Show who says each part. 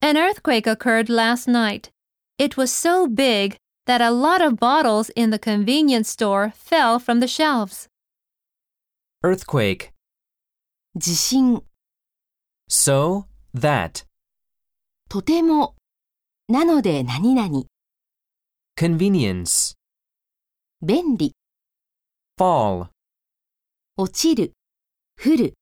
Speaker 1: An earthquake occurred last night. It was so big that a lot of bottles in the convenience store fell from the shelves.
Speaker 2: Earthquake.
Speaker 3: 地震、
Speaker 2: So, that.
Speaker 3: とても、なので何々、
Speaker 2: Convenience.
Speaker 3: 便利、
Speaker 2: Fall.
Speaker 3: 落ちる、降る。